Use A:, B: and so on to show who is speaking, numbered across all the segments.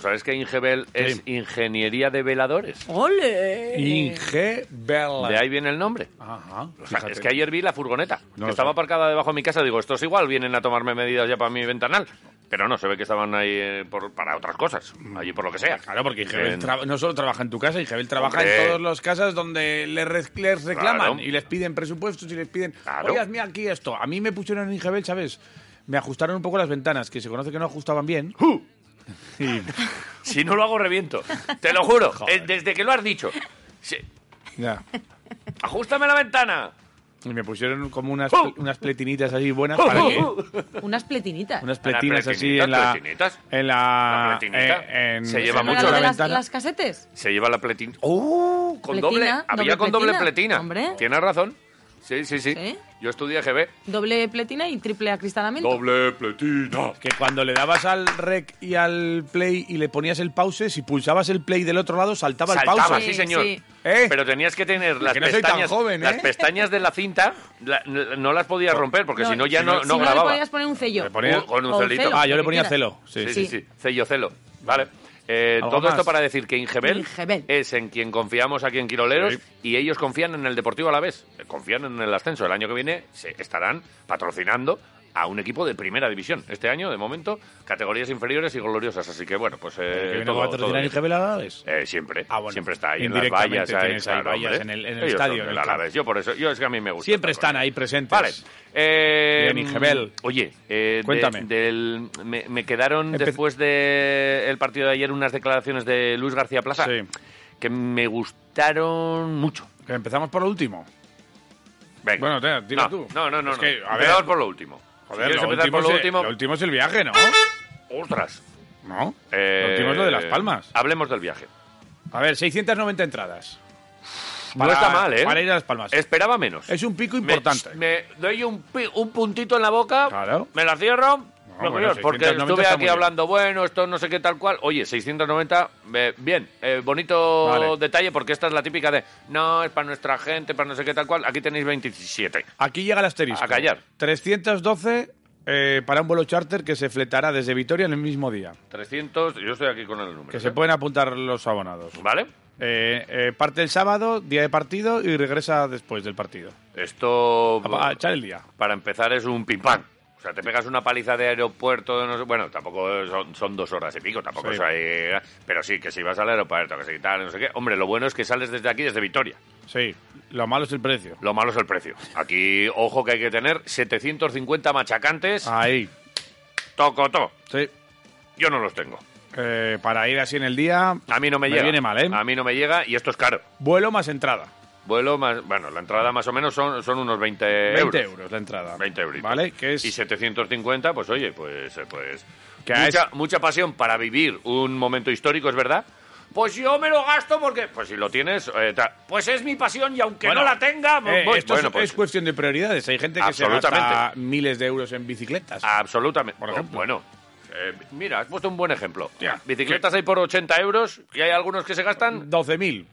A: ¿Sabes que Ingebel es ingeniería de veladores?
B: ¡Ole!
C: Inge Bella.
A: De ahí viene el nombre.
C: Ajá.
A: O sea,
C: fíjate.
A: es que ayer vi la furgoneta, que
C: No, o
A: estaba
C: sea-
A: aparcada debajo de mi casa. Digo, estos igual vienen a tomarme medidas ya para mi ventanal. Pero no, se ve que estaban ahí eh, por- para otras cosas, allí por lo que sea.
C: Claro, porque Ingebel
A: En-
C: tra- no solo trabaja en tu casa, Ingebel trabaja
A: Hombre.
C: en todas las casas donde les, re- les reclaman
A: Claro.
C: y les piden presupuestos y les piden,
A: Claro.
C: oye, hazme aquí esto. A mí me pusieron en Ingebel, ¿sabes? Me ajustaron un poco las ventanas, que se conoce que no ajustaban bien.
A: ¡Uh!
C: Y-
A: Si no lo hago, reviento. Te lo juro, eh, desde que lo has dicho. Sí.
C: ya.
A: ¡Ajustame la ventana!
C: Y me pusieron como unas,
A: ¡Uh!
C: unas pletinitas así buenas para que...
B: Unas pletinitas.
C: Unas pletinas así
A: pletinita,
C: en la...
A: pletinitas.
C: En la...
A: La pletinita.
C: eh, en-
A: Se lleva
C: en
A: mucho
B: ¿Para lo
A: la
B: de las,
C: ventana. ¡Oh!
B: las casetes?
A: Se lleva la pletina. ¡Uh! Con
B: Pletina,
A: doble. Había
B: doble
A: con doble
B: pletina,
A: pletina.
B: hombre.
A: Tienes razón. Sí, sí, sí.
B: ¿Sí?
A: Yo estudié GB.
B: Doble pletina y triple acristalamiento.
A: Doble pletina.
C: Que cuando le dabas al rec y al play y le ponías el pause, si pulsabas el play del otro lado, saltaba, el
A: Saltaba,
C: pause.
A: sí,
B: Sí,
A: señor.
B: sí.
C: ¿Eh?
A: Pero tenías que tener las
C: que no soy tan
A: pestañas.
C: joven, ¿eh?
A: Las pestañas de la cinta la- la- no las podías romper porque si no ya no,
B: si
A: no
B: le
A: grababa.
B: podías poner un cello.
C: Le ponía-
A: Uh, con un
B: O
A: celito.
B: celo,
C: Ah, yo
B: lo
C: le
B: que
C: ponía
B: quieras.
C: celo.
A: Sí,
C: Sí, sí.
A: sí,
B: Sí.
A: sí. Cello, celo. Vale. Eh,
C: ¿Algo
A: todo esto
C: más?
A: para decir que Ingebel,
B: Ingebel.
A: es en quien confiamos aquí en Quiroleros
C: Sí.
A: y ellos confían en el Deportivo a la vez. Confían en el ascenso. El año que viene se estarán patrocinando a un equipo de primera división. Este año, de momento, categorías inferiores y gloriosas. Así que, bueno, pues eh,
C: Que viene
A: todo-
C: a patrocinar
A: todo bien.
C: Ingebel Alaves.
A: Eh, siempre,
C: Ah, bueno.
A: siempre está ahí en las
C: Indirectamente
A: vallas. ahí,
C: tienes ahí
A: claro,
C: vallas
A: hombre.
C: en el- en el
A: Ellos
C: estadio,
A: son
C: en
A: del
C: el campo.
A: Alavés. Yo por eso, yo es que a mí me gusta.
C: Siempre
A: esta
C: están
A: cosa.
C: ahí presentes.
A: pues Vale. Eh,
C: Bien, Ingebel.
A: Oye, eh, de-
C: Cuéntame.
A: del- me, me quedaron
C: Empe-
A: después del partido de ayer unas declaraciones de Luis García Plaza
C: Sí.
A: que me gustaron mucho.
C: Empezamos por lo último.
A: Venga.
C: Bueno, te- tira
A: no,
C: tú.
A: No, no, no.
C: Es
A: no.
C: que, a ver.
A: Empezamos por lo último.
C: Joder,
A: si quieres
C: lo,
A: empezar
C: último
A: por lo
C: es,
A: último.
C: lo último es el viaje, ¿no?
A: ¡Ostras!
C: ¿No?
A: Eh,
C: lo último es lo de Las Palmas.
A: Hablemos del viaje.
C: A ver, 690 entradas.
A: no está mal, ¿eh?
C: Para ir a Las Palmas. Es,
A: Esperaba menos.
C: un pico
A: Me-
C: importante.
A: Me, doy un, pi- un puntito en la boca,
C: Claro.
A: me la cierro, lo
C: bueno,
A: peor, porque
C: 690
A: estuve
C: está muy
A: aquí
C: bien.
A: hablando, bueno, esto no sé qué tal cual. Oye, 690, eh, bien, eh, bonito
C: Vale.
A: detalle, porque esta es la típica de, no, es para nuestra gente, para no sé qué tal cual. Aquí tenéis 27.
C: Aquí llega el asterisco.
A: A callar.
C: 312 eh, para un vuelo charter que se fletará desde Vitoria en el mismo día.
A: 300, yo estoy aquí con el número.
C: Que
A: ¿eh?
C: se pueden apuntar los abonados.
A: ¿Vale?
C: Eh, eh, parte el sábado, día de partido y regresa después del partido. Ah,
A: Esto,
C: A, a echar el día.
A: para empezar, es un pim pam. O sea, te pegas una paliza de aeropuerto, de no sé- bueno, tampoco son, son dos horas y pico, tampoco
C: Sí.
A: es ahí- Pero sí, que si vas al aeropuerto, que si tal, no sé qué. Hombre, lo bueno es que sales desde aquí, desde Vitoria.
C: Sí, lo malo es el precio.
A: Lo malo es el precio. Aquí, ojo que hay que tener 750 machacantes,
C: Ahí,
A: tocotó.
C: sí.
A: Yo no los tengo.
C: Eh, para ir así en el día.
A: A mí no me,
C: Me
A: llega.
C: viene mal, ¿eh?
A: A mí no me llega y esto es caro.
C: Vuelo más entrada.
A: Vuelo más, bueno, la entrada más o menos son, son unos 20,
C: 20
A: euros.
C: euros, la entrada.
A: 20 euros.
C: ¿Vale? Que es.
A: Y 750, pues oye, pues... eh, pues
C: Que
A: mucha,
C: es-
A: mucha pasión para vivir un momento histórico, ¿es verdad? Pues yo me lo gasto porque... Pues si lo tienes... eh, ta- pues es mi pasión y aunque
C: Bueno,
A: no la tenga...
C: eh,
A: voy-
C: esto
A: bueno,
C: es,
A: pues,
C: es cuestión de prioridades. Hay gente que se
A: Absolutamente. Ah.
C: gasta miles de euros en bicicletas.
A: Absolutamente. Oh,
C: Por ejemplo.
A: Bueno, eh, mira, has puesto un buen ejemplo.
C: Hostia,
A: Bicicletas hay por 80 euros y hay algunos que se gastan.
C: 12.000.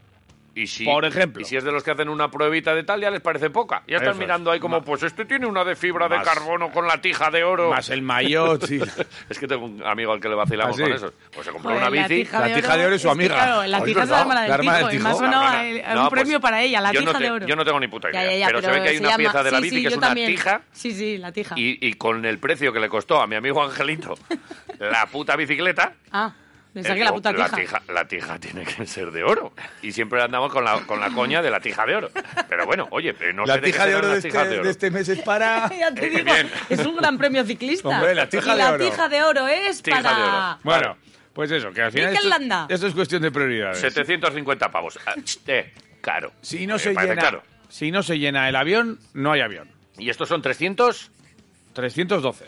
A: Y si,
C: Por ejemplo.
A: Y si es de los que hacen una pruebita de tal, ya les parece poca. Ya están
C: Eso es.
A: mirando ahí como,
C: Ma-
A: pues este tiene una de fibra de
C: Más-
A: carbono con la tija de oro.
C: Más el maillot. y-
A: Es que tengo un amigo al que le vacilamos
C: ¿Ah, sí?
A: con eso. Pues se compró
B: Joder,
A: una bici.
C: la tija de oro es su
B: que,
C: amiga.
B: claro, la
C: Oye,
B: tija es la
C: ¿verdad?
B: hermana del
C: La hermana
B: tico,
C: del
B: y
C: tico.
B: más uno
A: Cabrona.
B: a, a
A: No,
B: un
A: pues,
B: premio para ella, la
A: yo
B: tija
A: no te-
B: de oro.
A: yo no tengo ni puta
B: Ya,
A: idea,
B: ya, ya,
A: pero se ve que hay una
B: llama-
A: pieza de la
B: sí,
A: bici
B: sí,
A: que es
B: yo
A: una
B: también.
A: tija.
B: Sí, sí, la tija.
A: Y, y con el precio que le costó a mi amigo Angelito la puta bicicleta,
B: Ah, le saqué
A: Eh,
B: la
A: no,
B: puta tija.
A: La tija tiene que ser de oro. Y siempre andamos con la, con la coña de la tija de oro. Pero bueno, oye, eh, no
C: la
A: sé de qué
C: tija de
A: serán
C: oro de
A: las tijas
C: este,
A: de oro.
C: de este mes es para.
B: Ya te
A: Eh,
B: digo,
A: bien.
B: es un gran premio ciclista.
C: Hombre, la tija de
B: y la
C: oro.
B: tija de oro es
A: Tija
B: para...
A: de oro.
C: Bueno, pues eso, que al final.
B: Mikel
C: Esto,
B: Landa.
C: esto es cuestión de prioridades.
A: 750 pavos. Ah, Eh, caro.
C: Si no
A: Me
C: se
A: parece
C: llena.
A: caro.
C: Si no se llena el avión, no hay avión.
A: Y estos son 300.
C: 312.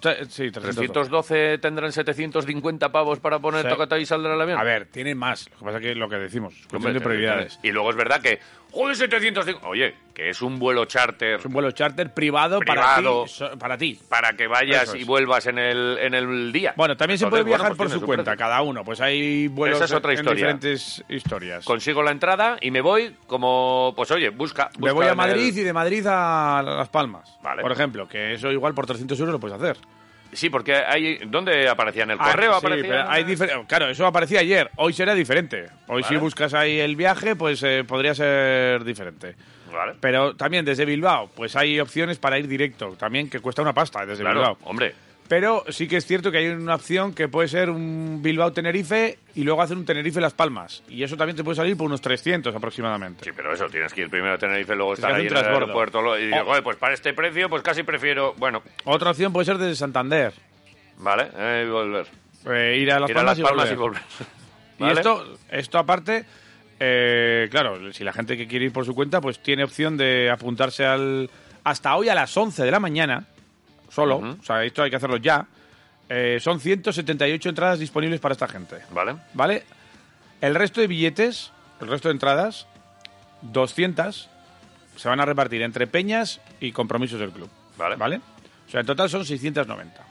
C: Tre- Sí, 312.
A: 312 tendrán 750 pavos para poner
C: Sí.
A: tocata y saldrá el avión.
C: A ver, tiene más. Lo que pasa es que lo que decimos, cuestión
A: Hombre,
C: de prioridades.
A: Y luego es verdad que. Joder, 750. Oye, que es un vuelo charter.
C: Es un vuelo charter privado,
A: Privado.
C: para ti. so- Para ti.
A: Para que vayas
C: Eso es.
A: y vuelvas en el, en el día.
C: Bueno, también se
A: Entonces,
C: puede
A: bueno, pues
C: viajar por
A: tiene
C: su cuenta,
A: precio.
C: cada uno. Pues hay vuelos
A: Esa es otra
C: en
A: historia.
C: diferentes historias.
A: Consigo la entrada y me voy como. Pues oye, busca.
C: Me
A: busca
C: voy a
A: en el-
C: Madrid y de Madrid a Las Palmas.
A: Vale.
C: Por ejemplo, que eso igual por 300 euros lo puedes hacer.
A: Sí, porque hay. ¿Dónde aparecía? ¿En el
C: Ah,
A: correo
C: sí,
A: aparecía?
C: pero hay difer- claro, eso aparecía ayer. Hoy será diferente. Hoy si
A: Vale.
C: buscas ahí el viaje, pues eh, podría ser diferente.
A: Vale.
C: Pero también desde Bilbao, pues hay opciones para ir directo, también que cuesta una pasta desde
A: Claro,
C: Bilbao.
A: hombre.
C: Pero sí que es cierto que hay una opción que puede ser un Bilbao-Tenerife y luego hacer un Tenerife-Las Palmas. Y eso también te puede salir por unos 300 aproximadamente.
A: Sí, pero eso, tienes que ir primero a Tenerife, luego
C: que
A: estar
C: hacer
A: ahí
C: un
A: en el
C: transbordo.
A: aeropuerto. lo- Y digo,
C: Oh.
A: "Joder, pues para este precio, pues casi prefiero. Bueno,
C: Otra opción puede ser desde Santander.
A: vale, eh, volver.
C: Eh, ir a Las
A: ir a
C: Palmas,
A: Las Palmas
C: y
A: y
C: volver.
A: volver.
C: Y
A: ¿Vale?
C: esto, esto aparte, eh, claro, si la gente que quiere ir por su cuenta, pues tiene opción de apuntarse al hasta hoy a las 11 de la mañana, solo. O sea, esto hay que hacerlo ya. Eh, son 178 entradas disponibles para esta gente.
A: Vale.
C: ¿Vale? El resto de billetes, el resto de entradas, 200, se van a repartir entre peñas y compromisos del club.
A: Vale.
C: O sea, en total son 690.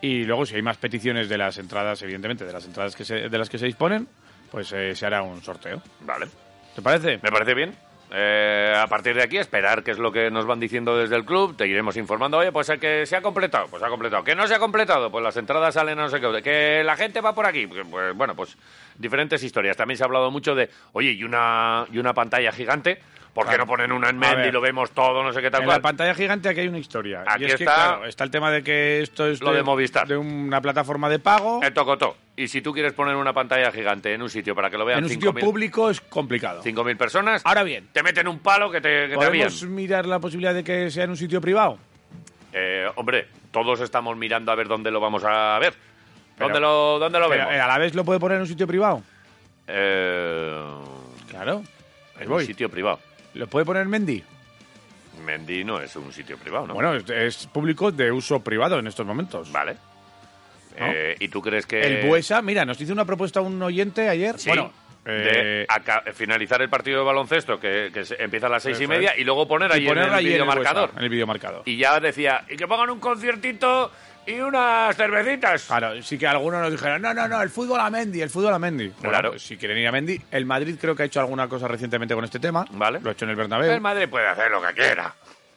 C: Y luego, si hay más peticiones de las entradas, evidentemente, de las entradas que se- de las que se disponen, pues eh, se hará un sorteo.
A: Vale.
C: ¿Te parece?
A: Me parece bien. Eh, a partir de aquí, esperar qué es lo que nos van diciendo desde el club. Te iremos informando. Oye, pues el que se ha completado, pues se ha completado. Que no se ha completado, pues las entradas salen a no sé qué. Que la gente va por aquí. Pues, pues, bueno, pues diferentes historias. También se ha hablado mucho de, oye, y una, y una pantalla gigante. ¿Por qué
C: Claro.
A: no ponen una en
C: A
A: medio y
C: ver.
A: lo vemos todo, no sé qué tal
C: en
A: cual?
C: la pantalla gigante aquí hay una historia.
A: Aquí
C: y es que,
A: está-
C: claro, está el tema de que esto es
A: Lo de Movistar.
C: de una plataforma de pago.
A: El tocotó. Eh, Y si tú quieres poner una pantalla gigante en un sitio para que lo vean
C: en un
A: 5.000
C: sitio público Ah, es complicado.
A: 5.000 personas,
C: Ahora bien,
A: te meten un palo que te, que te avían.
C: ¿podemos mirar la posibilidad de que sea en un sitio privado?
A: Eh, hombre, todos estamos mirando a ver dónde lo vamos a ver.
C: Pero-
A: ¿Dónde lo, dónde lo
C: Pero,
A: vemos?
C: eh, a la vez lo puede poner en un sitio privado.
A: Eh,
C: Claro.
A: en un sitio privado.
C: ¿Lo puede poner Mendy?
A: Mendy no es un sitio privado, ¿no?
C: Bueno, es, es público de uso privado en estos momentos.
A: Vale.
C: ¿No?
A: Eh, ¿Y tú crees que...?
C: El Buesa, mira, nos hizo una propuesta un oyente ayer.
A: Sí,
C: Bueno,
A: de
C: eh,
A: aca- finalizar el partido de baloncesto, que, que se- empieza a las seis y
C: Eso
A: media, y luego poner ahí
C: y
A: en
C: ponerlo
A: el
C: allí en el
A: videomarcador.
C: Buesa, en el videomarcador.
A: Y ya decía, y que pongan un conciertito y unas cervecitas.
C: Claro, sí que algunos nos dijeron, no, no, no, el fútbol a Mendy, el fútbol a Mendy. Bueno,
A: Claro.
C: pues si quieren ir a Mendy, el Madrid creo que ha hecho alguna cosa recientemente con este tema.
A: Vale.
C: Lo ha hecho en el
A: El
C: Bernabéu.
A: Madrid puede hacer lo que quiera.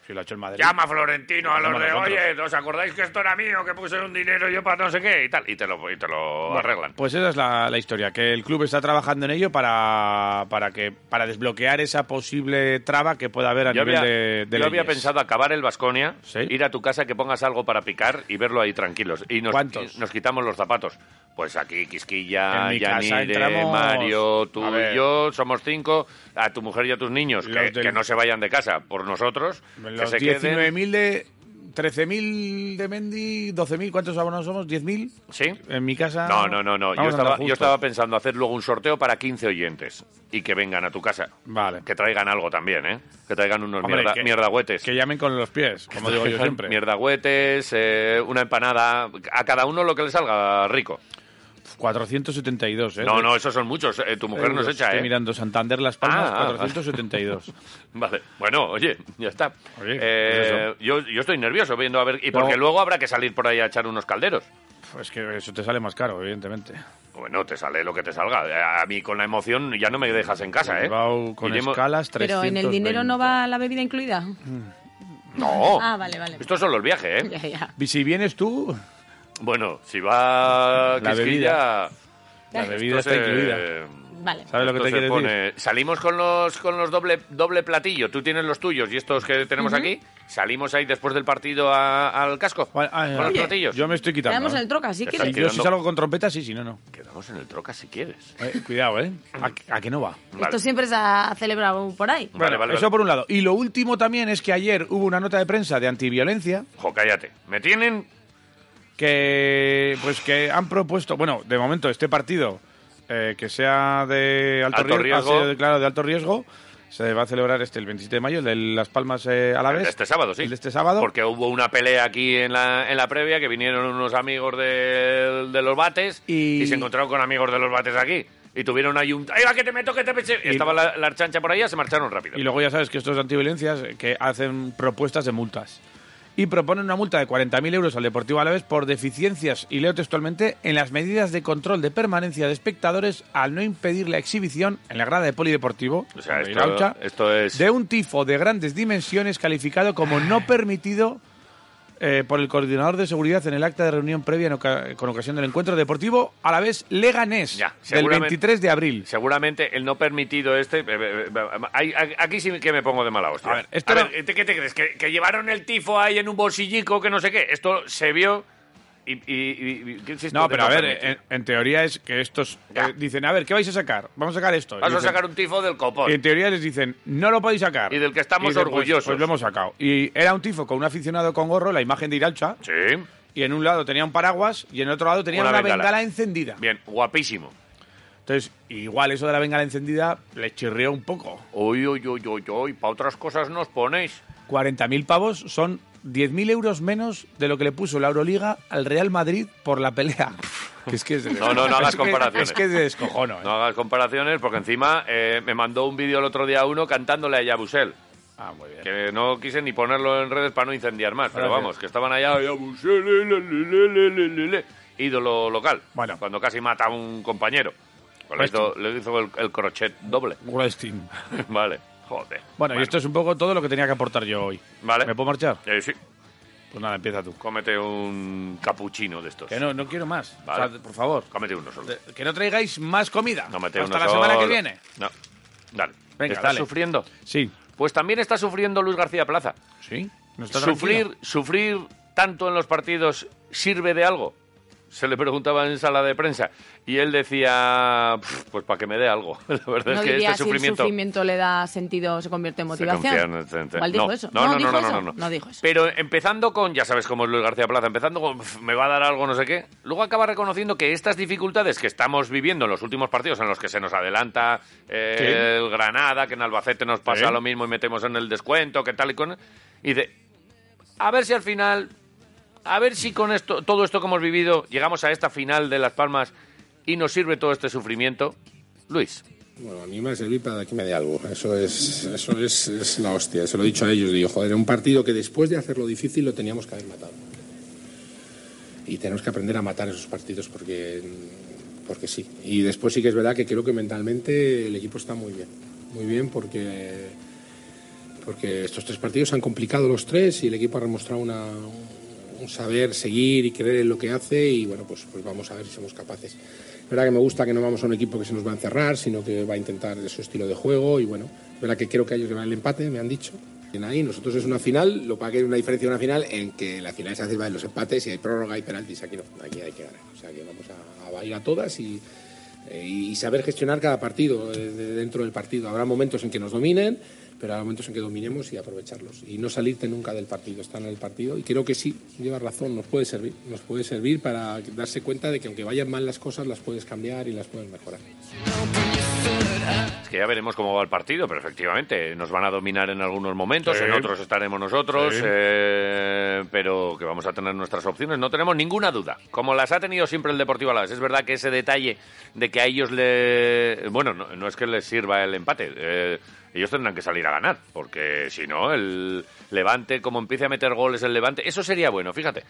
C: Sí, lo ha hecho el Madrid.
A: Llama a Florentino a
C: Lo
A: los de,
C: hacemos nosotros.
A: oye, ¿os acordáis que esto era mío, que puse un dinero yo para no sé qué y tal? Y te lo, y te lo arreglan.
C: Pues esa es la, la historia, que el club está trabajando en ello para, para, que, para desbloquear esa posible traba que pueda haber a
A: Yo
C: nivel
A: había,
C: de, de
A: yo había
C: leyes.
A: pensado acabar el Vasconia,
C: Sí.
A: ir a tu casa, que pongas algo para picar y verlo ahí tranquilos. Y nos,
C: ¿Cuántos?
A: y nos quitamos los zapatos. Pues aquí,
C: En
A: Quisquilla,
C: mi casa
A: Yanire,
C: entramos.
A: Mario, tú
C: A ver.
A: y yo, somos cinco, a tu mujer y a tus niños, que,
C: Los del-
A: que no se vayan de casa por nosotros, que
C: Los
A: se queden.
C: 19.000 de... 13.000 de Mendy, 12.000, ¿cuántos abonados somos? ¿10.000?
A: ¿Sí?
C: En mi casa...
A: No, no, no, no. Yo
C: Vamos a andar
A: estaba, yo
C: justos.
A: estaba pensando hacer luego un sorteo para 15 oyentes y que vengan a tu casa.
C: Vale.
A: Que traigan algo también, ¿eh? Que traigan unos
C: Hombre,
A: mierda,
C: que-
A: mierdahuetes.
C: Que llamen con los pies, como digo yo siempre.
A: Mierdahuetes, eh, una empanada, a cada uno lo que le salga rico.
C: 472, ¿eh?
A: No, no, esos son muchos. eh, tu mujer nos
C: Euros.
A: echa,
C: Estoy
A: ¿eh?
C: mirando Santander Las Palmas,
A: Ah, ah,
C: 472.
A: Vale. Bueno, oye, ya está.
C: Oye,
A: Eh,
C: es
A: yo, yo estoy nervioso viendo a ver... Y
C: No.
A: porque luego habrá que salir por ahí a echar unos calderos.
C: pues que eso te sale más caro, evidentemente.
A: Bueno, te sale lo que te salga. Eh, A mí con la emoción ya no me dejas en casa, ¿eh?
C: Bilbao con
A: Iremos-
C: escalas, 300.
B: Pero en el dinero no va la bebida incluida.
A: No.
B: Ah, vale, vale.
A: Esto es solo el viaje, ¿eh?
B: Ya, ya.
C: Y si vienes tú,
A: Bueno, si va
C: La
A: Quisquilla...
C: la bebida
A: esto eh,
C: está
A: se-
C: incluida.
B: Vale.
C: ¿Sabes lo que
A: esto
C: te
A: se
C: quiero decir?
A: pone- Salimos con los con los doble doble platillo. Tú tienes los tuyos y estos que tenemos aquí. Salimos ahí después del partido a- al casco
C: Vale, ah,
A: con
C: ah,
A: los
C: oye,
A: platillos.
C: Yo me estoy quitando.
B: Quedamos en
C: ¿eh?
B: el troca, ¿sí
A: Exacto.
C: Sí,
B: quieres?
C: yo
A: Quedando-
C: si salgo con trompeta, sí, si no, no.
A: Quedamos en el troca si quieres.
C: Eh, cuidado, ¿eh? ¿A, a que no va?
A: Vale.
B: Esto siempre se ha celebrado por ahí.
A: Vale, vale,
C: Eso
A: vale.
C: por un lado. Y lo último también es que ayer hubo una nota de prensa de antiviolencia
A: Jo, cállate. Me tienen
C: que pues que han propuesto, bueno, de momento este partido eh, que sea de alto,
A: Alto
C: riesgo,
A: riesgo.
C: ha sido claro, de alto riesgo, se va a celebrar este el 27 de mayo, el de Las Palmas eh, a la vez.
A: este sábado, sí.
C: El de este sábado.
A: Porque hubo una pelea aquí en la, en la previa que vinieron unos amigos de, de los bates y...
C: Y-
A: se encontraron con amigos de los bates aquí. Y tuvieron ahí un... ¡Ahí va, que te meto, que te meto! Y
C: Y-
A: Estaba la, la chancha por allá, se marcharon rápido.
C: Y luego ya sabes que estos de antiviolencias eh, que hacen propuestas de multas. Y proponen una multa de 40.000 euros al Deportivo Alavés por deficiencias, y leo textualmente, en las medidas de control de permanencia de espectadores al no impedir la exhibición en la grada de Polideportivo
A: O sea,
C: de
A: esto-
C: Iraucha,
A: esto es-
C: de un tifo de grandes dimensiones calificado como no permitido eh, por el coordinador de seguridad en el acta de reunión previa en oca- con ocasión del encuentro deportivo a la vez Leganés
A: Ya,
C: del
A: seguramente-
C: 23 de abril.
A: Seguramente el no permitido este. eh, eh, eh, hay- hay- aquí sí que me pongo de mala hostia.
C: A ver, esto era-
A: ¿te- ¿qué te crees? ¿Que, que llevaron el tifo ahí en un bolsillico que no sé qué. Esto se vio. Y, y- y- y- ¿qué es esto
C: No,
A: de
C: pero a ver, eh,
A: permitido?
C: en, en teoría es que estos
A: Ya.
C: eh, dicen, a ver, ¿qué vais a sacar? Vamos a sacar esto. Y
A: Vas a
C: dicen-
A: sacar un tifo del copón.
C: Y en teoría les dicen, no lo podéis sacar.
A: Y del que estamos
C: dicen, pues-
A: orgullosos.
C: Pues, lo hemos sacado. Y era un tifo con un aficionado con gorro, la imagen de Iralcha,
A: Sí.
C: y en un lado tenía un paraguas y en el otro lado tenía
A: Una
C: una,
A: bengala.
C: bengala. encendida.
A: Bien, guapísimo.
C: Entonces, igual eso de la bengala encendida les chirrió un poco.
A: Uy, uy, uy, uy, uy. Para otras cosas nos ponéis.
C: 40.000 pavos son 10.000 euros menos de lo que le puso la Euroliga al Real Madrid por la pelea. Que es que es de
A: No, no, no hagas
C: es que-
A: comparaciones.
C: Es que es de descojono. ¿eh?
A: No hagas comparaciones porque encima eh, me mandó un vídeo el otro día uno cantándole a Yabusel.
C: Ah, muy bien.
A: Que no quise ni ponerlo en redes para no incendiar más. Pero
C: Gracias.
A: vamos, que estaban allá. "Ay, Yabusel, le, le, le, le, le, le, le". Ídolo local.
C: Bueno.
A: Cuando casi mata a un compañero. Pues Le
C: Pues
A: hizo, le hizo el, el crochet doble.
C: Westing.
A: vale. Joder.
C: Bueno, y esto es un poco todo lo que tenía que aportar yo hoy.
A: Vale.
C: ¿Me puedo marchar?
A: Eh, sí,
C: Pues nada, empieza tú.
A: cómete un capuchino de estos.
C: Que no, no quiero más.
A: Vale.
C: O sea, por favor.
A: Cómete uno solo.
C: De- Que no traigáis más comida.
A: Cómete
C: Hasta
A: uno
C: la semana que
A: solo.
C: viene.
A: No. Dale.
C: Venga,
A: ¿Estás
C: dale.
A: sufriendo?
C: Sí.
A: Pues también está sufriendo Luis García Plaza.
C: Sí. No está tranquilo.
A: ¿Sufrir, ¿Sufrir tanto en los partidos sirve de algo? Se le preguntaba en sala de prensa. Y él decía, "Pf, pues para que me dé algo. La verdad
B: no
A: es que
B: diría
A: este
B: si el
A: sufrimiento...
B: sufrimiento le da sentido, se convierte en
A: se
B: motivación.
A: confía en- en-
B: Igual dijo eso.
A: No, no,
B: dijo
A: no, no,
B: eso.
A: no, no.
B: dijo eso.
A: Pero empezando con, ya sabes cómo es Luis García Plaza, empezando con, "Pf, me va a dar algo, no sé qué. Luego acaba reconociendo que estas dificultades que estamos viviendo en los últimos partidos, en los que se nos adelanta eh,
C: Sí.
A: el Granada, que en Albacete nos pasa
C: Sí.
A: lo mismo y metemos en el descuento, que tal y con... Y de, a ver si al final, a ver si con esto, todo esto que hemos vivido, llegamos a esta final de Las Palmas y nos sirve todo este sufrimiento. Luis.
D: Bueno, a mí me va a servir para que me dé algo. Eso es, eso es, es la hostia. Se lo he dicho a ellos. Le digo, joder, era un partido que después de hacerlo difícil lo teníamos que haber matado. Y tenemos que aprender a matar esos partidos porque, porque sí. Y después sí que es verdad que creo que mentalmente el equipo está muy bien. Muy bien porque, porque estos tres partidos se han complicado los tres y el equipo ha demostrado una, un saber seguir y creer en lo que hace y bueno, pues, pues vamos a ver si somos capaces. Es verdad que me gusta que no vamos a un equipo que se nos va a encerrar, sino que va a intentar su estilo de juego y bueno, es verdad que creo que a ellos le van el empate, me han dicho. En ahí, nosotros es una final, lo que pasa que hay una diferencia de una final en que la final se hace en los empates y hay prórroga y penaltis, aquí no, aquí hay que ganar. O sea que vamos a, a ir a todas y eh, y saber gestionar cada partido eh, de- dentro del partido. Habrá momentos en que nos dominen, pero habrá momentos en que dominemos y aprovecharlos. Y no salirte nunca del partido, estar en el partido. Y creo que sí, lleva razón, nos puede servir. Nos puede servir para darse cuenta de que aunque vayan mal las cosas, las puedes cambiar y las puedes mejorar.
A: Es que ya veremos cómo va el partido, pero efectivamente nos van a dominar en algunos momentos,
C: Sí.
A: en otros estaremos nosotros,
C: Sí.
A: eh, pero que vamos a tener nuestras opciones, no tenemos ninguna duda, como las ha tenido siempre el Deportivo Alavés. Es verdad que ese detalle de que a ellos le... Bueno, no, no es que les sirva el empate, eh, ellos tendrán que salir a ganar, porque si no, el Levante, como empiece a meter goles el Levante, eso sería bueno, fíjate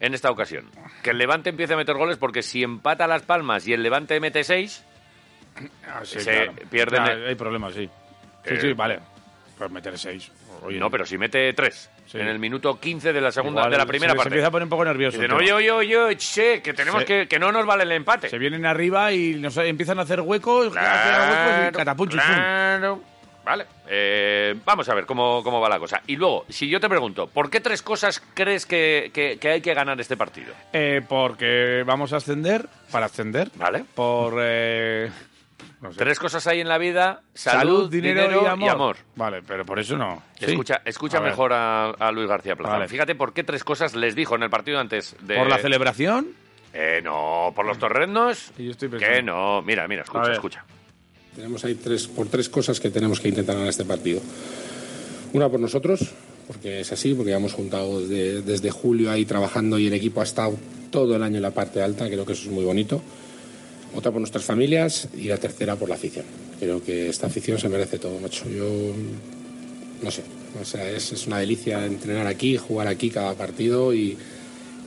A: en esta ocasión. Que el Levante empiece a meter goles porque si empata Las Palmas y el Levante mete seis,
C: Ah, sí,
A: Se
C: claro.
A: pierden
C: Ah,
A: el-
C: Hay problemas, sí. Sí,
A: Eh,
C: sí, vale. Pues meter seis. Oye,
A: no, pero si mete tres
C: Sí.
A: en el minuto 15 de la segunda
C: igual
A: de la
C: se-
A: primera
C: se
A: parte.
C: empieza a poner un poco nervioso.
A: Dicen,
C: el
A: oye,
C: tema.
A: oye, oye, che, que tenemos
C: Se-
A: que, que no nos vale el empate.
C: Se vienen arriba y nos empiezan a hacer huecos, hacen huecos y catapum, chum, chum.
A: claro. Vale, eh, vamos a ver cómo, cómo va la cosa. Y luego, si yo te pregunto, ¿por qué tres cosas crees que, que- que hay que ganar este partido?
C: Eh, porque vamos a ascender, para ascender,
A: Vale.
C: por... eh, no sé.
A: Tres cosas hay en la vida, salud, dinero, y amor.
C: Vale, pero por eso no. Sí.
A: Escucha, escucha
C: A ver.
A: mejor a, a Luis García Plaza.
C: Vale.
A: Fíjate por qué tres cosas les dijo en el partido antes de...
C: Por la celebración,
A: Eh, no, por los torrenos.
C: Y yo estoy pensando.
A: que no, mira, mira,
C: A
A: escucha,
C: ver.
A: escucha.
D: Tenemos ahí tres, por tres cosas que tenemos que intentar ganar este partido. Una por nosotros, porque es así, porque ya hemos juntado desde, desde julio ahí trabajando y el equipo ha estado todo el año en la parte alta, creo que eso es muy bonito. Otra por nuestras familias y la tercera por la afición. Creo que esta afición se merece todo, macho. Yo no sé, o sea, es, es una delicia entrenar aquí, jugar aquí cada partido y,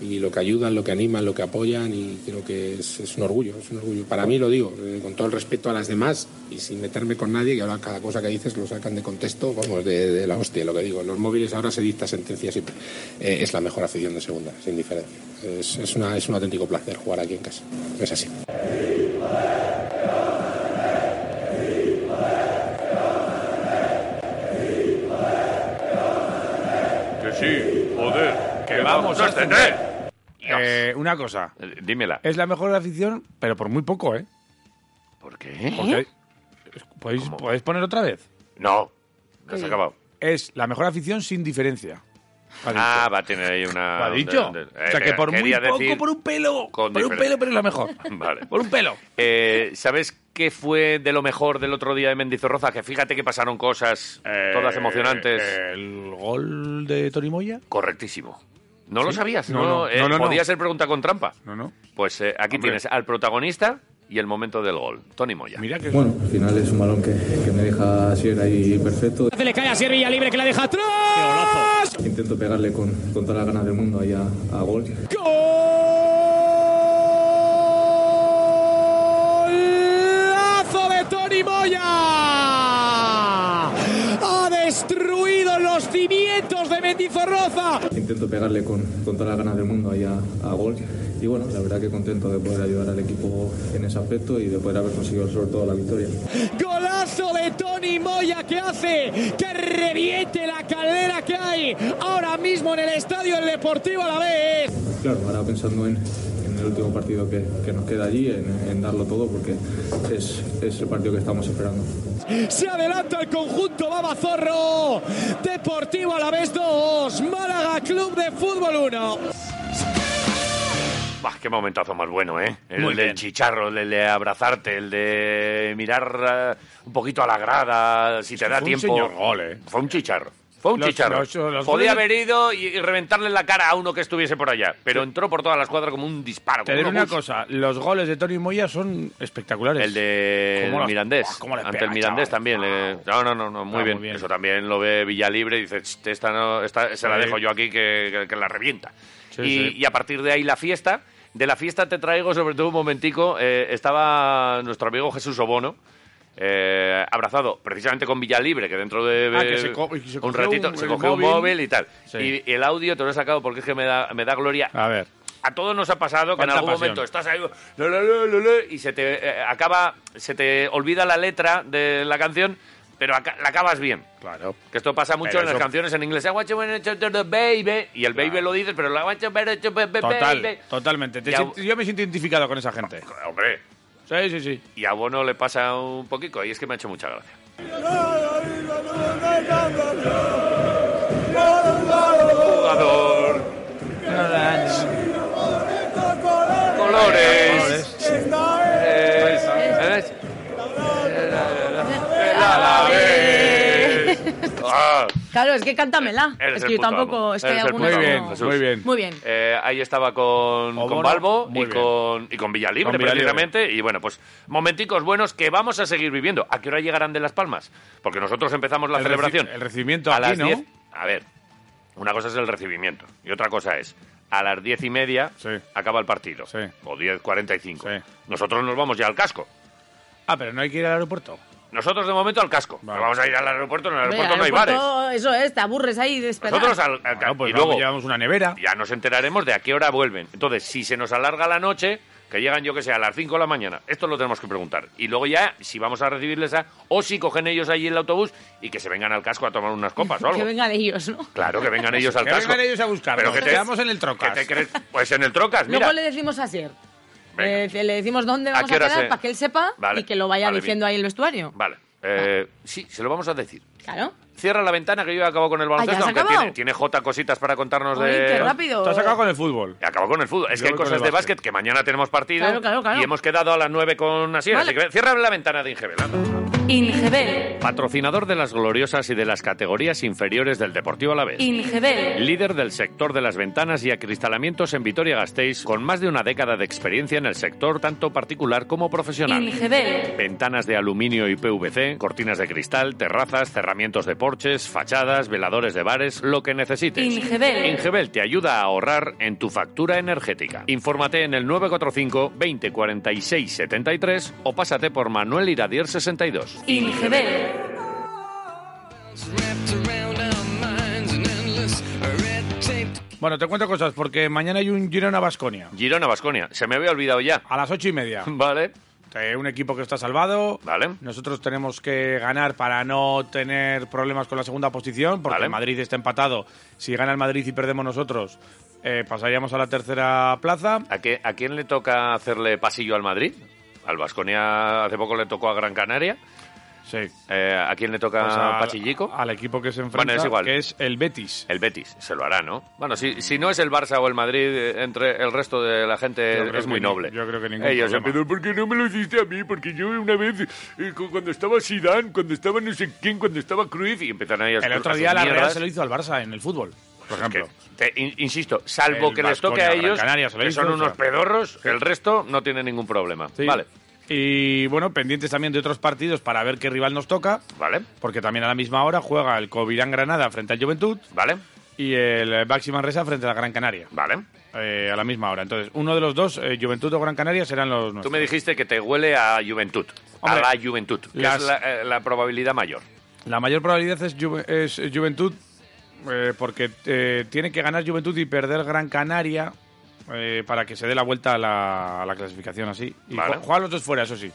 D: y lo que ayudan, lo que animan, lo que apoyan y creo que es, es un orgullo, es un orgullo. Para mí lo digo, eh, con todo el respeto a las demás y sin meterme con nadie, que ahora cada cosa que dices lo sacan de contexto, vamos, de, de la hostia, lo que digo. En los móviles ahora se dicta sentencia siempre. Eh, es la mejor afición de segunda, sin diferencia. Es, es una, es un auténtico placer jugar aquí en casa. Es así.
A: Que sí, joder.
C: que vamos a
A: ascender.
C: Eh, una cosa.
A: Eh, Dímela.
C: Es la mejor afición, pero por muy poco, ¿eh?
A: ¿Por qué?
C: Porque- ¿Podéis,
A: ¿Cómo?
C: podéis poner otra vez?
A: No, ya se
B: Sí.
A: ha acabado.
C: Es la mejor afición sin diferencia. Ha dicho.
A: Ah, va a tener ahí una...
C: ¿Lo ha dicho?
A: donde- donde-
C: o sea,
A: eh,
C: que por muy
A: quería
C: poco,
A: decir-
C: por un pelo.
A: con
C: Por un
A: diferencia.
C: pelo, pero es lo mejor.
A: Vale.
C: Por un pelo.
A: Eh, ¿Sabes qué fue de lo mejor del otro día de Mendizorroza? Que fíjate que pasaron cosas todas emocionantes.
C: Eh, El gol de Torimoya.
A: Correctísimo. ¿No lo
C: ¿Sí?
A: sabías?
C: No,
A: No,
C: no.
A: eh,
C: No, no, no.
A: podía ser pregunta con trampa.
C: No, no.
A: Pues eh, aquí
C: Hombre.
A: tienes al protagonista y el momento del gol, Tony Moya.
C: Mira que
E: Bueno, al final es un balón que, que me deja ser ahí perfecto.
F: Se le cae a Sierra libre que la deja atrás.
E: Intento pegarle con, con todas las ganas del mundo ahí a, a gol.
F: ¡Golazo de Tony Moya! Ha destruido los cimientos de Mendizorroza.
E: Intento pegarle con, con todas las ganas del mundo ahí a, a gol. Y bueno, la verdad que contento de poder ayudar al equipo en ese aspecto y de poder haber conseguido sobre todo la victoria.
F: Golazo de Tony Moya que hace que reviente la caldera que hay ahora mismo en el estadio del Deportivo a la vez.
E: Claro, ahora pensando en, en el último partido que, que nos queda allí, en, en darlo todo porque es, es el partido que estamos esperando.
F: Se adelanta el conjunto Babazorro. Deportivo a la vez 2. Málaga Club de Fútbol 1.
A: Bah, ¡Qué momentazo más bueno, eh! El
C: Muy
A: del
C: bien.
A: chicharro, el de abrazarte, el de mirar eh, un poquito a la grada, si te da
C: fue un
A: tiempo.
C: señor gol, eh.
A: Fue un chicharro. Fue un
C: Los-
A: chicharro.
C: los- los
A: Podía
C: goles-
A: haber ido y, y reventarle en la cara a uno que estuviese por allá, pero entró por toda la escuadra como un disparo.
C: Te
A: como
C: diré
A: un
C: una
A: obús.
C: cosa, los goles de Tony Moya son espectaculares.
A: El de
C: ¿Cómo las-
A: Mirandés.
C: Buah, cómo le
A: Ante
C: pega,
A: el Mirandés
C: chaval.
A: también. le- No, no, no, no, muy,
C: Ah,
A: bien.
C: muy bien.
A: Eso también lo ve Villalibre y dice, "Ch, esta, no, esta se la
C: Sí.
A: dejo yo aquí que, que- que la revienta.
C: Sí,
A: y,
C: sí.
A: y a partir de ahí la fiesta. De la fiesta te traigo sobre todo un momentico. eh, estaba nuestro amigo Jesús Obono. eh, abrazado precisamente con Villalibre, que dentro de
C: Ah, que se co- que se
A: un
C: cogió
A: ratito
C: un-
A: se
C: el
A: cogió un
C: móvil.
A: móvil y tal.
C: Sí.
A: Y el audio te lo he sacado porque es que me da, me da gloria
C: A ver.
A: a todos nos ha pasado que en
C: Cuánta
A: algún
C: pasión.
A: momento estás ahí lo, lo, lo, lo, lo, y se te eh, acaba, se te olvida la letra de la canción, pero aca- la acabas bien.
C: Claro.
A: Que esto pasa mucho
C: Pero
A: en las
C: eso-
A: canciones en inglés. I want you when it's just the baby. Y el baby
C: Claro.
A: lo dices, pero la want you when it's just the baby.
C: Total, totalmente. Te
A: Ya-
C: siento- yo me siento identificado con esa gente.
A: Hombre,
C: Sí, sí, sí.
A: y a Bono le pasa un poquito y es que me ha hecho mucha gracia. Jugador, colores. Es, es- el Alavés. Ah,
B: Claro, es que cántamela.
A: Eres
B: es
A: el
B: que yo
A: puto
B: tampoco,
A: amo.
B: es que hay
A: Eres el
B: algunas
A: puto
B: que
A: amo,
B: no-
A: Jesús.
C: Muy bien.
B: Muy bien.
A: eh, ahí estaba con,
C: Obono,
A: con Balbo
C: muy
A: y
C: bien.
A: con, y con Villalibre,
C: Con Villalibre.
A: precisamente. Y bueno, pues momenticos buenos que vamos a seguir viviendo. ¿A qué hora llegarán de Las Palmas? Porque nosotros empezamos la
C: El reci-
A: celebración.
C: el recibimiento
A: a
C: aquí,
A: las
C: ¿no?
A: 10. A ver, una cosa es el recibimiento y otra cosa es a las diez y media
C: Sí.
A: acaba el partido.
C: Sí.
A: O 10.45.
C: Sí.
A: Nosotros nos vamos ya al casco.
C: Ah, pero no hay que ir al aeropuerto.
A: Nosotros de momento al casco.
C: Vale.
A: No vamos a ir al aeropuerto, en el
B: Hombre,
A: aeropuerto no hay
B: aeropuerto,
A: bares.
B: Eso es, te aburres ahí de esperar.
A: Nosotros al, al
C: Bueno, pues
A: Ah, y
C: vamos,
A: luego
C: llevamos una nevera.
A: ya nos enteraremos de a qué hora vuelven. Entonces, si se nos alarga la noche, que llegan yo que sé a las 5 de la mañana, esto lo tenemos que preguntar. Y luego ya si vamos a recibirles a o si cogen ellos allí el autobús y que se vengan al casco a tomar unas copas o algo.
B: Que vengan ellos, ¿no?
A: Claro, que vengan ellos al
C: Que
A: casco.
C: vengan ellos a buscarnos. ¿eh?
A: Pero que te-
C: Quedamos en el Trocas.
A: que te crees- pues en el Trocas, mira.
B: Luego le decimos a Sier.
A: Venga.
B: Eh, le decimos dónde
A: ¿A
B: vamos
A: qué
B: a,
A: hora
B: quedar
A: se-
B: para que él sepa
A: Vale,
B: y que lo vaya
A: vale,
B: diciendo ahí en el vestuario.
A: Vale. Eh, sí, se lo vamos a decir.
B: Claro.
A: Cierra la ventana que yo he acabado con el baloncesto,
B: Ah, se ha
A: aunque
B: acabado?
A: tiene, tiene J cositas para contarnos
B: Uy,
A: de
B: qué rápido.
C: Te has sacado con el fútbol.
A: Y Acabó con el fútbol. Es
C: Yo
A: que hay
C: voy con
A: cosas
C: el
A: de
C: básquet.
A: básquet que mañana tenemos partido.
B: Claro, claro, claro.
A: Y hemos quedado a las 9 con Asier.
B: Vale.
A: Así que cierra la ventana de Ingebel. anda.
G: Ingebel,
A: Patrocinador de las gloriosas y de las categorías inferiores del Deportivo Alavés.
G: Ingebel,
A: Líder del sector de las ventanas y acristalamientos en Vitoria-Gasteiz, con más de una década de experiencia en el sector tanto particular como profesional.
G: Ingebel,
A: Ventanas de aluminio y PVC, cortinas de cristal, terrazas, cerramientos de porches, fachadas, veladores de bares, lo que necesites.
G: Ingebel.
A: Ingebel te ayuda a ahorrar en tu factura energética. Infórmate en el 945 20 46 73 o pásate por Manuel Iradier 62.
G: Ingebel.
C: Bueno, te cuento cosas, porque mañana hay un Girona Basconia.
A: Girona Basconia, se me había olvidado ya.
C: A las ocho y media.
A: Vale,
C: Eh, un equipo que está salvado.
A: Vale.
C: Nosotros tenemos que ganar para no tener problemas con la segunda posición, porque
A: Vale.
C: el Madrid está empatado. Si gana el Madrid y perdemos nosotros, eh, pasaríamos a la tercera plaza.
A: ¿A, qué- a quién le toca hacerle pasillo al Madrid? Al Basconia hace poco le tocó a Gran Canaria.
C: Sí.
A: Eh, ¿A quién le toca
C: Pues al-
A: Pachillico?
C: Al equipo que se enfrenta,
A: Bueno, es igual.
C: que es el Betis.
A: El Betis, se lo hará, ¿no? Bueno, si, si no es el Barça o el Madrid, eh, entre el resto de la
C: Yo
A: gente
C: creo
A: es
C: que
A: muy
C: ni-
A: noble. Eh,
C: yo creo que ningún
A: Ellos
C: problema.
A: empiezan, ¿por qué no me lo hiciste a mí? Porque yo una vez, eh, cu- cuando estaba Sidán, cuando estaba no sé quién, cuando estaba Cruyff, y empiezan ahí a
C: El
A: sus-
C: otro
A: a sus
C: día la Real
A: mierdas.
C: se lo hizo al Barça en el fútbol, por ejemplo.
A: Que te- in- insisto, salvo
C: El
A: que les toque
C: Baskonia,
A: a
C: Gran
A: ellos,
C: Canaria se lo
A: que
C: hizo,
A: son
C: o sea.
A: unos pedorros, el resto no tiene ningún problema.
C: Sí.
A: Vale,
C: Y bueno, pendientes también de otros partidos para ver qué rival nos toca,
A: vale,
C: porque también a la misma hora juega el Covirán Granada frente al Juventud
A: vale,
C: y el Baxi Manresa frente a la Gran Canaria.
A: vale.
C: eh, a la misma hora. Entonces, uno de los dos, eh, Juventud o Gran Canaria, serán los
A: Tú
C: nuestros.
A: me dijiste que te huele a juventud,
C: Hombre,
A: a la juventud, que
C: las-
A: es la, eh, la probabilidad mayor.
C: La mayor probabilidad es, Juve- es Juventud, eh, porque eh, tiene que ganar Juventud y perder Gran Canaria eh, para que se dé la vuelta a la, a la clasificación así. Y
A: Vale.
C: ju- jugar los dos fuera, eso sí.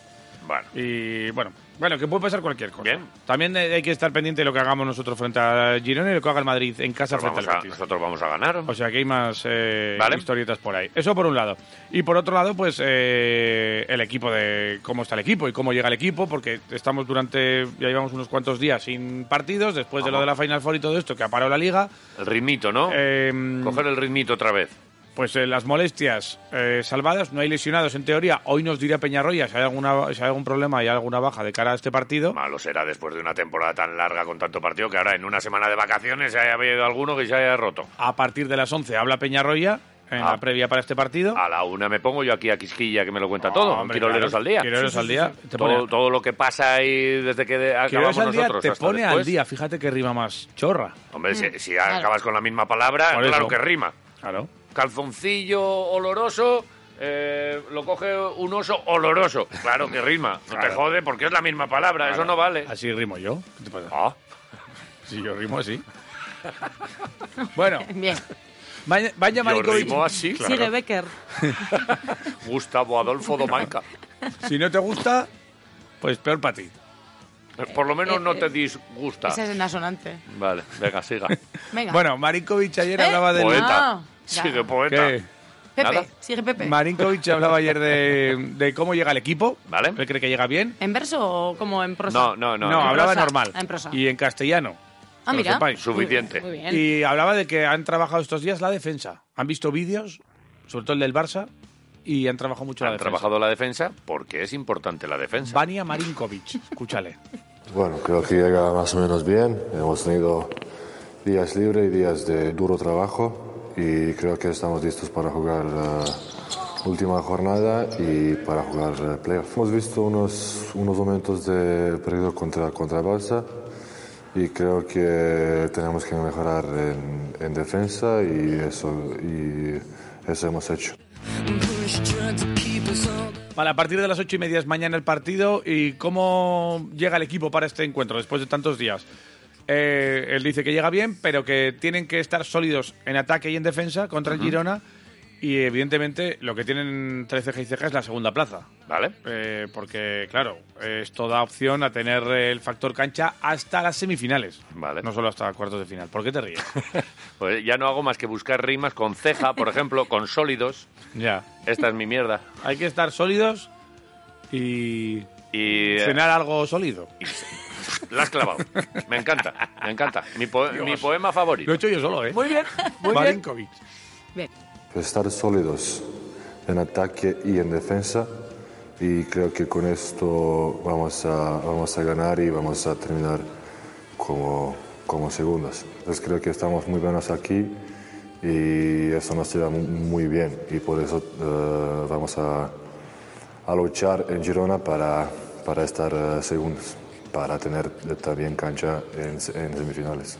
A: Bueno,
C: Y bueno, bueno, que puede pasar cualquier cosa.
A: Bien.
C: También eh, hay que estar pendiente de lo que hagamos nosotros frente a Girona y lo que haga el Madrid en casa
A: nosotros
C: frente
A: Pues vamos,
C: al
A: a,
C: Betis.
A: nosotros vamos a ganar.
C: O sea que hay más eh,
A: Vale.
C: historietas por ahí. Eso por un lado. Y por otro lado, pues eh, el equipo de cómo está el equipo y cómo llega el equipo, porque estamos durante, ya llevamos unos cuantos días sin partidos, después de
A: Ajá.
C: lo de la Final Four y todo esto, que ha parado la liga.
A: El ritmito, ¿no?
C: Eh,
A: Coger el ritmito otra vez.
C: pues eh, las molestias eh, salvadas, no hay lesionados en teoría. Hoy nos dirá Peñarroya si hay, alguna, si hay algún problema y alguna baja de cara a este partido.
A: Malo será después de una temporada tan larga con tanto partido que ahora en una semana de vacaciones se haya habido alguno que se haya roto.
C: A partir de las 11 habla Peñarroya en
A: Ah.
C: la previa para este partido.
A: A la una me pongo yo aquí a Quisquilla que me lo cuenta todo.
C: Hombre,
A: Quiroleros
C: claro,
A: al día.
C: Quiroleros al día. Te pone-
A: Todo, todo lo que pasa ahí desde que de-
C: Que ves
A: acabamos
C: al día,
A: nosotros.
C: te
A: hasta
C: pone al
A: después.
C: día. Fíjate que rima más chorra.
A: Hombre, si, si acabas con la misma palabra,
C: Por
A: claro
C: eso.
A: que rima.
C: Claro.
A: Calzoncillo oloroso. eh, lo coge un oso oloroso. Claro que rima. No te
C: Claro.
A: jode porque es la misma palabra. Eso no vale.
C: Así rimo yo. ¿Qué te pasa?
A: Ah,
C: Si yo rimo así. bueno,
B: Bien.
C: vaya, vaya
A: yo
C: Marinkovic,
A: rimo así.
B: Sigue Becker.
A: Gustavo Adolfo Domanca.
C: si no te gusta, pues peor para ti.
A: Por lo menos
B: Eh,
A: no
B: eh,
A: te disgusta.
B: Esa es en asonante.
A: Vale, venga, siga.
B: Venga.
C: Bueno, Marinkovic ayer
B: ¿Eh?
C: hablaba del...
B: Poeta.
A: poeta.
B: Ah, ya.
A: Sigue poeta.
C: ¿Qué?
B: Pepe,
A: nada.
B: sigue Pepe.
C: Marinkovic hablaba ayer de, de cómo llega el equipo.
A: Vale.
C: Él cree que llega bien.
B: ¿En verso o como en prosa?
A: No, no, no. no.
C: hablaba
B: prosa,
C: normal.
B: en prosa.
C: Y en castellano. que
B: Ah,
C: lo
B: mira.
C: sepáis.
A: Suficiente.
B: Muy bien.
C: Y hablaba de que han trabajado estos días la defensa. Han visto vídeos, sobre todo el del Barça, y han trabajado mucho la
A: Han
C: defensa.
A: trabajado la defensa porque es importante la defensa.
C: Vania Marinkovic, escúchale.
H: Bueno, creo que llega más o menos bien. Hemos tenido días libres y días de duro trabajo y creo que estamos listos para jugar la última jornada y para jugar eh, playoff. Hemos visto unos, unos momentos de periodo contra, contra Barça y creo que tenemos que mejorar en, en defensa y eso, y eso hemos hecho.
C: Vale, a partir de las ocho y media es mañana el partido y cómo llega el equipo para este encuentro después de tantos días. Eh, él dice que llega bien, pero que tienen que estar sólidos en ataque y en defensa contra el Girona y evidentemente lo que tienen tres ceja y ceja es la segunda plaza.
A: ¿Vale?
C: Eh, porque, claro, eh, esto da opción a tener eh, el factor cancha hasta las semifinales.
A: Vale.
C: No solo hasta cuartos de final. ¿Por qué te ríes?
A: Pues ya no hago más que buscar rimas con ceja, por ejemplo, con sólidos.
C: ya.
A: Esta es mi mierda.
C: Hay que estar sólidos y
A: Y eh,
C: cenar algo sólido.
A: la has clavado. Me encanta, me encanta. Mi, po- mi poema favorito.
C: Lo he hecho yo solo, ¿eh? Muy bien, muy bien.
H: estar sólidos en ataque y en defensa y creo que con esto vamos a, vamos a ganar y vamos a terminar como, como segundos. Entonces creo que estamos muy buenos aquí y eso nos lleva mu- muy bien y por eso eh, vamos a, a luchar en Girona para, para estar eh, segundos. para tener también cancha en- en semifinales.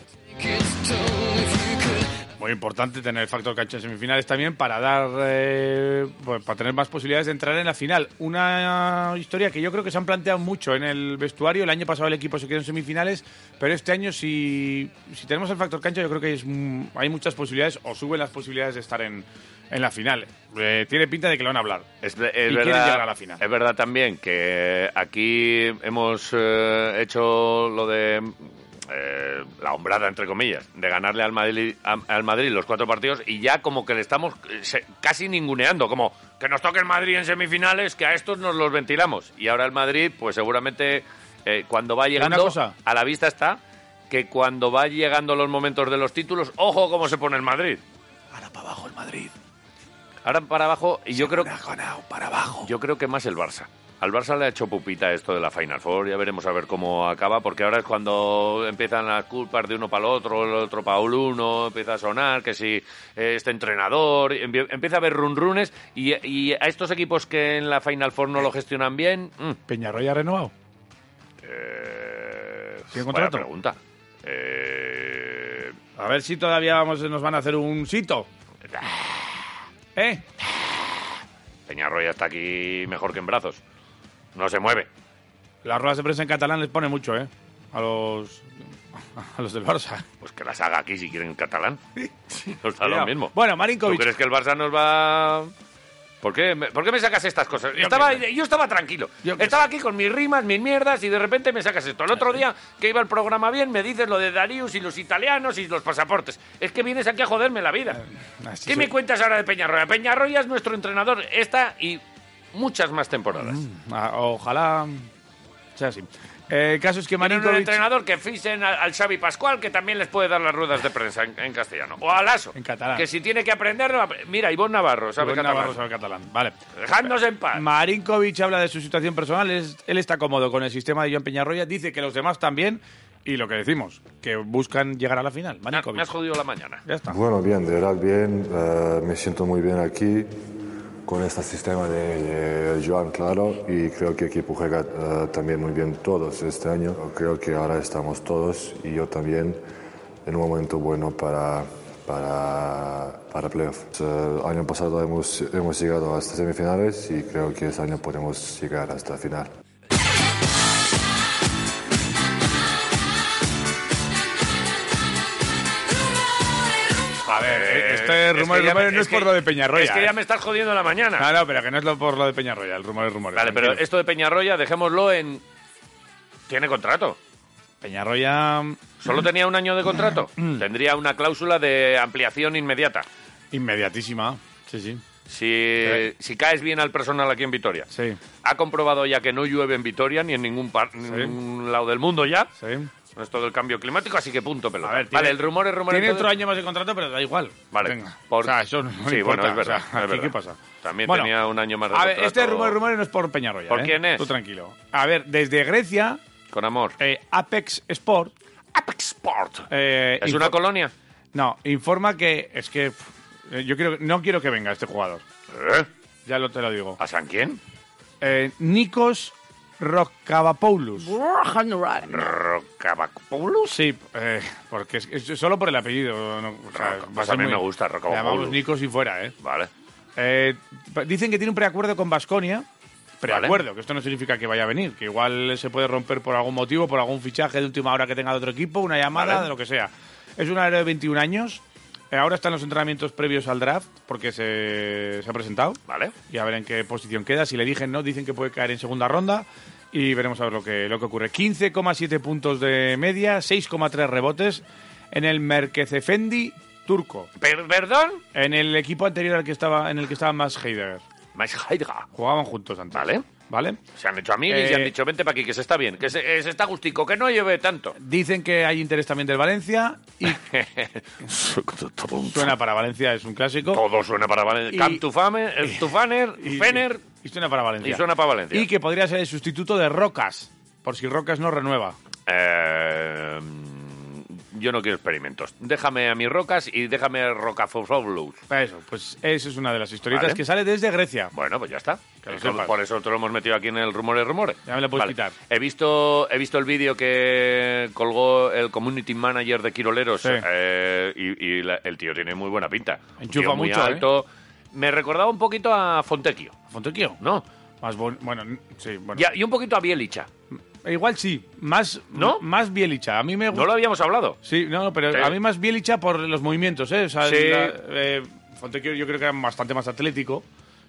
C: Muy importante tener el factor cancha en semifinales también para dar eh, pues, para tener más posibilidades de entrar en la final. Una historia que yo creo que se han planteado mucho en el vestuario. El año pasado el equipo se quedó en semifinales, pero este año si, si tenemos el factor cancha yo creo que es, mm, hay muchas posibilidades o suben las posibilidades de estar en, en la final. Eh, tiene pinta de que lo van a hablar.
A: Es, ve- es
C: Y quieren
A: verdad,
C: llegar a la final.
A: es verdad también que aquí hemos eh, hecho lo de eh, la hombrada, entre comillas, de ganarle al Madrid, a- al Madrid los cuatro partidos y ya como que le estamos eh, se- casi ninguneando, como que nos toque el Madrid en semifinales, que a estos nos los ventilamos. Y ahora el Madrid, pues seguramente eh, cuando va llegando,
C: cosa.
A: a la vista está que cuando va llegando los momentos de los títulos, ojo cómo se pone el Madrid. Ahora para abajo el Madrid. Ahora para abajo y yo creo que... Yo creo que más el Barça. Al Barça le ha hecho pupita esto de la Final Four, ya veremos a ver cómo acaba, porque ahora es cuando empiezan las culpas de uno para el otro, el otro para el uno, empieza a sonar que si eh, este entrenador, empie- empieza a haber runrunes y, y a estos equipos que en la Final Four no lo gestionan bien, mm,
C: Peñarroya ha renovado.
A: eh,
C: ¿Tiene
A: buena
C: contrato?
A: pregunta. Eh,
C: A ver si todavía vamos, nos van a hacer un sito. ¿Eh?
A: Peñarroya está aquí mejor que en brazos, no se mueve.
C: Las ruedas de prensa en catalán les pone mucho, ¿eh? A los, a los del Barça.
A: Pues que las haga aquí si quieren en catalán, nos da lo
C: Cuidado.
A: mismo.
C: Bueno,
A: ¿Tú
C: Marinkovic.
A: crees que el Barça nos va.? ¿Por qué, me, por qué me sacas estas cosas? Yo estaba,
C: qué
A: yo estaba tranquilo.
C: Yo qué
A: estaba aquí con mis rimas, mis mierdas, y de repente me sacas esto. El otro día que iba el programa bien, me dices lo de Darius y los italianos y los pasaportes. Es que vienes aquí a joderme la vida.
C: así
A: ¿Qué
C: soy.
A: me cuentas ahora de Peñarroya? Peñarroya es nuestro entrenador. Esta y muchas más temporadas.
C: Ah, Ojalá sea así. Eh, el caso es que
A: Tienen un
C: Marinkovic...
A: entrenador que fisen al, al Xavi Pascual, que también les puede dar las ruedas de prensa en, en castellano. O a Lasso.
C: En catalán.
A: Que si tiene que aprender. lo ap- Mira, Ivonne Navarro, sabe
C: Rubén
A: catalán.
C: Navarro sabe catalán. Vale.
A: Dejadnos en paz.
C: Marinkovic habla de su situación personal. es- él está cómodo con el sistema de Joan Peñarroya. Dice que los demás también. Y lo que decimos, que buscan llegar a la final.
A: Me ha-
C: Marinkovic.
A: Me has jodido la mañana.
C: Ya está.
H: Bueno, bien, de verdad bien. eh, me siento muy bien aquí con este sistema de, de Joan, claro, y creo que el equipo juega eh, también muy bien todos este año. Creo que ahora estamos todos y yo también en un momento bueno para, para, para playoff. Eh, El año pasado hemos, hemos llegado hasta semifinales y creo que este año podemos llegar hasta final.
A: A ver,
C: este rumor,
A: Eh, ya
C: rumor
A: me-
C: no es por lo de Peñarroya,
A: Es que ya
C: eh.
A: me estás jodiendo la mañana.
C: No, no, pero que no es lo por lo de Peñarroya. El rumor es rumor.
A: vale, pero esto de Peñarroya, dejémoslo en. Tiene contrato.
C: Peñarroya
A: Solo
C: Mm.
A: tenía un año de contrato. Tendría una cláusula de ampliación inmediata.
C: inmediatísima. Sí, sí. Eh.
A: Si, si caes bien al personal aquí en Vitoria.
C: Sí.
A: Ha comprobado ya que no llueve en Vitoria ni en ningún, par- ningún lado del mundo ya.
C: Sí.
A: No es todo el cambio climático, así que punto, pelota.
C: A ver, tiene-
A: vale, el rumor es rumor.
C: Tiene
A: entonces-
C: otro año más de contrato, pero da igual.
A: Vale.
C: Venga.
A: Por-
C: O sea, eso no
A: sí,
C: importa.
A: bueno, es verdad.
C: O sea,
A: es
C: aquí,
A: verdad.
C: ¿Qué pasa?
A: También
C: Bueno,
A: tenía un año más de
C: A ver,
A: contrato.
C: este rumor, rumor no es por Peñarroya.
A: ¿Por
C: ¿eh?
A: quién es?
C: Tú tranquilo. A ver, desde Grecia,
A: Con amor.
C: eh, Apex Sport.
A: Apex Sport.
C: eh,
A: ¿Es
C: info-
A: una colonia?
C: No, informa que. Es que. pff, eh, yo quiero, no quiero que venga este jugador.
A: ¿Eh?
C: Ya lo, te lo digo.
A: ¿A San quién?
C: Eh, Nikos Rokavapoulos.
A: Rocabacopoulos.
C: Sí, eh, porque es, es solo por el apellido. no, o sea,
A: Roca-
C: va a
A: pues
C: ser
A: a mí
C: muy-
A: me gusta Rocavapoulos.
C: Le llamamos Nikos y fuera, ¿eh?
A: Vale.
C: Eh, pa- dicen que tiene un preacuerdo con Basconia. Preacuerdo, que esto no significa que vaya a venir, que igual se puede romper por algún motivo, por algún fichaje de última hora que tenga de otro equipo, una llamada,
A: Vale.
C: de lo que sea. Es un área de 21 años. eh, Ahora están los entrenamientos previos al draft porque se, se ha presentado.
A: Vale.
C: Y a ver en qué posición queda. Si le dije no, dicen que puede caer en segunda ronda. Y veremos a ver lo que, lo que ocurre. 15,7 puntos de media, 6,3 rebotes en el Merkezefendi turco.
A: Per- ¿Perdón?
C: En el equipo anterior al que estaba, en el que estaba más Heider.
A: Más Hydra.
C: Jugaban juntos antes.
A: Vale.
C: Vale.
A: Se han hecho amigos y
C: Eh,
A: han dicho, vente para aquí, que se está bien, que se, eh, se está gustico, que no llueve tanto.
C: Dicen que hay interés también del Valencia y suena para Valencia, es un clásico.
A: Todo suena para Valencia.
C: Y-
A: Camp to Famer, eh, to Faner,
C: Y-
A: Fener,
C: Y suena para Valencia.
A: Y suena para Valencia.
C: Y que podría ser el sustituto de Rocas, por si Rocas no renueva.
A: Eh, yo no quiero experimentos. Déjame a mis rocas y déjame Rocafosoblous.
C: Eso, pues esa es una de las historietas
A: Vale.
C: que sale desde Grecia.
A: Bueno, pues ya está.
C: Que lo
A: Eso-
C: sepas.
A: por eso te lo hemos metido aquí en el Rumores Rumores.
C: Ya me lo puedes quitar.
A: He visto, he visto el vídeo que colgó el community manager de Quiroleros
C: Sí.
A: eh, y, y la- el tío tiene muy buena pinta. Un
C: Enchufa
A: tío muy
C: mucho, ¿eh?
A: alto. Me recordaba un poquito a Fontecchio,
C: Fontecchio.
A: ¿no?
C: Más bon- bueno, n- sí, bueno.
A: Y, a- y un poquito a Bielicha.
C: Eh, Igual sí, más
A: ¿No?
C: m- más Bielicha. A mí me
A: No
C: gusta.
A: lo habíamos hablado.
C: Sí, no, no, pero
A: Sí.
C: a mí más Bielicha por los movimientos, ¿eh? O sea,
A: Sí.
C: la- eh, Fontecchio yo creo que era bastante más atlético,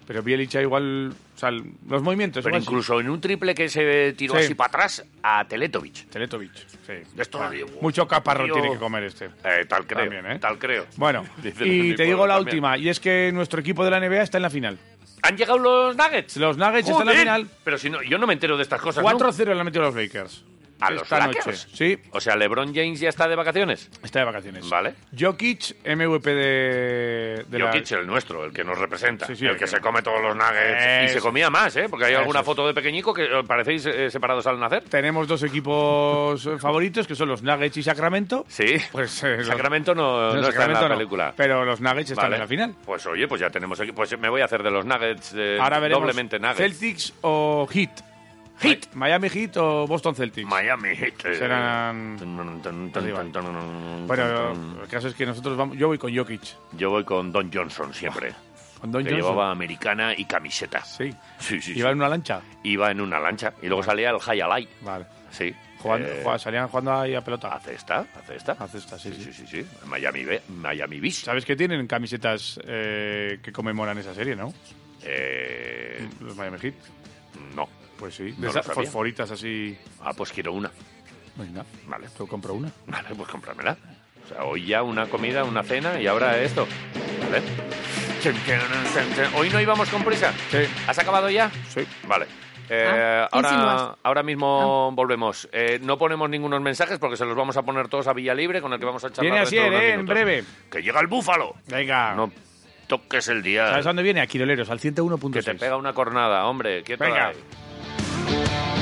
C: pero Bielicha igual, o sea, el- los movimientos
A: Pero
C: igual sí.
A: incluso en un triple que se tiró
C: Sí.
A: así para atrás a Teletovic.
C: Teletovic, sí.
A: Esto
C: Bueno,
A: digo,
C: mucho caparro
A: tío.
C: tiene que comer este.
A: Eh, tal creo,
C: También, ¿eh?
A: tal creo.
C: Bueno,
A: Dice el
C: y
A: Felipe
C: te digo la
A: también.
C: última, y es que nuestro equipo de la NBA está en la final.
A: ¿Han llegado los Nuggets?
C: Los Nuggets están en la
A: Joder,
C: final.
A: Pero si no, yo no me entero de estas cosas. ¿no?
C: 4-0 le han metido a los Lakers.
A: ¿A los
C: Esta
A: Lakers?
C: noche. Sí,
A: O sea, LeBron James ya está de vacaciones.
C: está de vacaciones.
A: Vale.
C: Jokic, MVP de, de la-
A: Jokic, el nuestro, el que nos representa,
C: Sí, sí,
A: el,
C: el
A: que,
C: que-
A: se come todos los nuggets. Y
C: Eso.
A: se comía más, ¿eh? Porque hay
C: Eso
A: alguna
C: es.
A: foto de pequeñico que eh, parecéis eh, separados al nacer.
C: Tenemos dos equipos eh, favoritos, que son los Nuggets y Sacramento.
A: Sí.
C: Pues, eh, los-
A: Sacramento no,
C: no,
A: no está en
C: Sacramento
A: la
C: no,
A: película.
C: Pero los Nuggets están
A: Vale.
C: en la final.
A: Pues oye, pues ya tenemos aquí. Pues me voy a hacer de los nuggets eh,
C: Ahora veremos
A: doblemente nuggets.
C: Celtics o Heat.
A: Heat.
C: Mi- Miami Heat o Boston Celtics.
A: Miami Heat. eh.
C: Serán-
A: Tun, tun, tun,
C: Arriba.
A: tun, tun, tun,
C: Pero
A: tun, tun.
C: el caso es que nosotros vamos... Yo voy con Jokic.
A: yo voy con Don Johnson siempre.
C: Con Don
A: que
C: Johnson.
A: llevaba americana y camiseta.
C: Sí.
A: Sí, sí, sí.
C: Iba en una lancha.
A: Iba en una lancha y luego salía el high alight.
C: Vale.
A: Sí.
C: Jugando,
A: Eh,
C: jugaba- salían jugando ahí a pelota.
A: A cesta, a cesta.
C: A cesta, sí,
A: sí, sí, sí. Miami, Be- Miami Beach.
C: ¿Sabes que tienen camisetas eh, que conmemoran esa serie, no?
A: Eh,
C: Los Miami Heat.
A: no.
C: Pues sí.
A: No
C: De
A: lo
C: esas
A: sabía.
C: fosforitas así.
A: Ah, pues quiero una.
C: Venga,
A: Vale.
C: yo compro una.
A: Vale, pues cómpramela. O sea, hoy ya una comida, una cena y ahora esto. Vale. Hoy no íbamos con prisa.
C: Sí.
A: ¿Has acabado ya?
C: Sí.
A: Vale. Eh,
B: Ah,
A: ahora,
B: insinuas.
A: ahora mismo volvemos. Eh, no ponemos ningunos mensajes porque se los vamos a poner todos a Villa Libre con el que vamos a charlar.
C: Viene
A: dentro de
C: Asier,
A: unos
C: ¿eh? En
A: minutos.
C: breve. Ah.
A: Que llega el búfalo.
C: Venga.
A: No toques el día.
C: ¿Sabes a dónde viene? A Quiroleros, al
A: Que te
C: 101.6.
A: pega una cornada, hombre. Quieto
C: Venga.
A: ahí.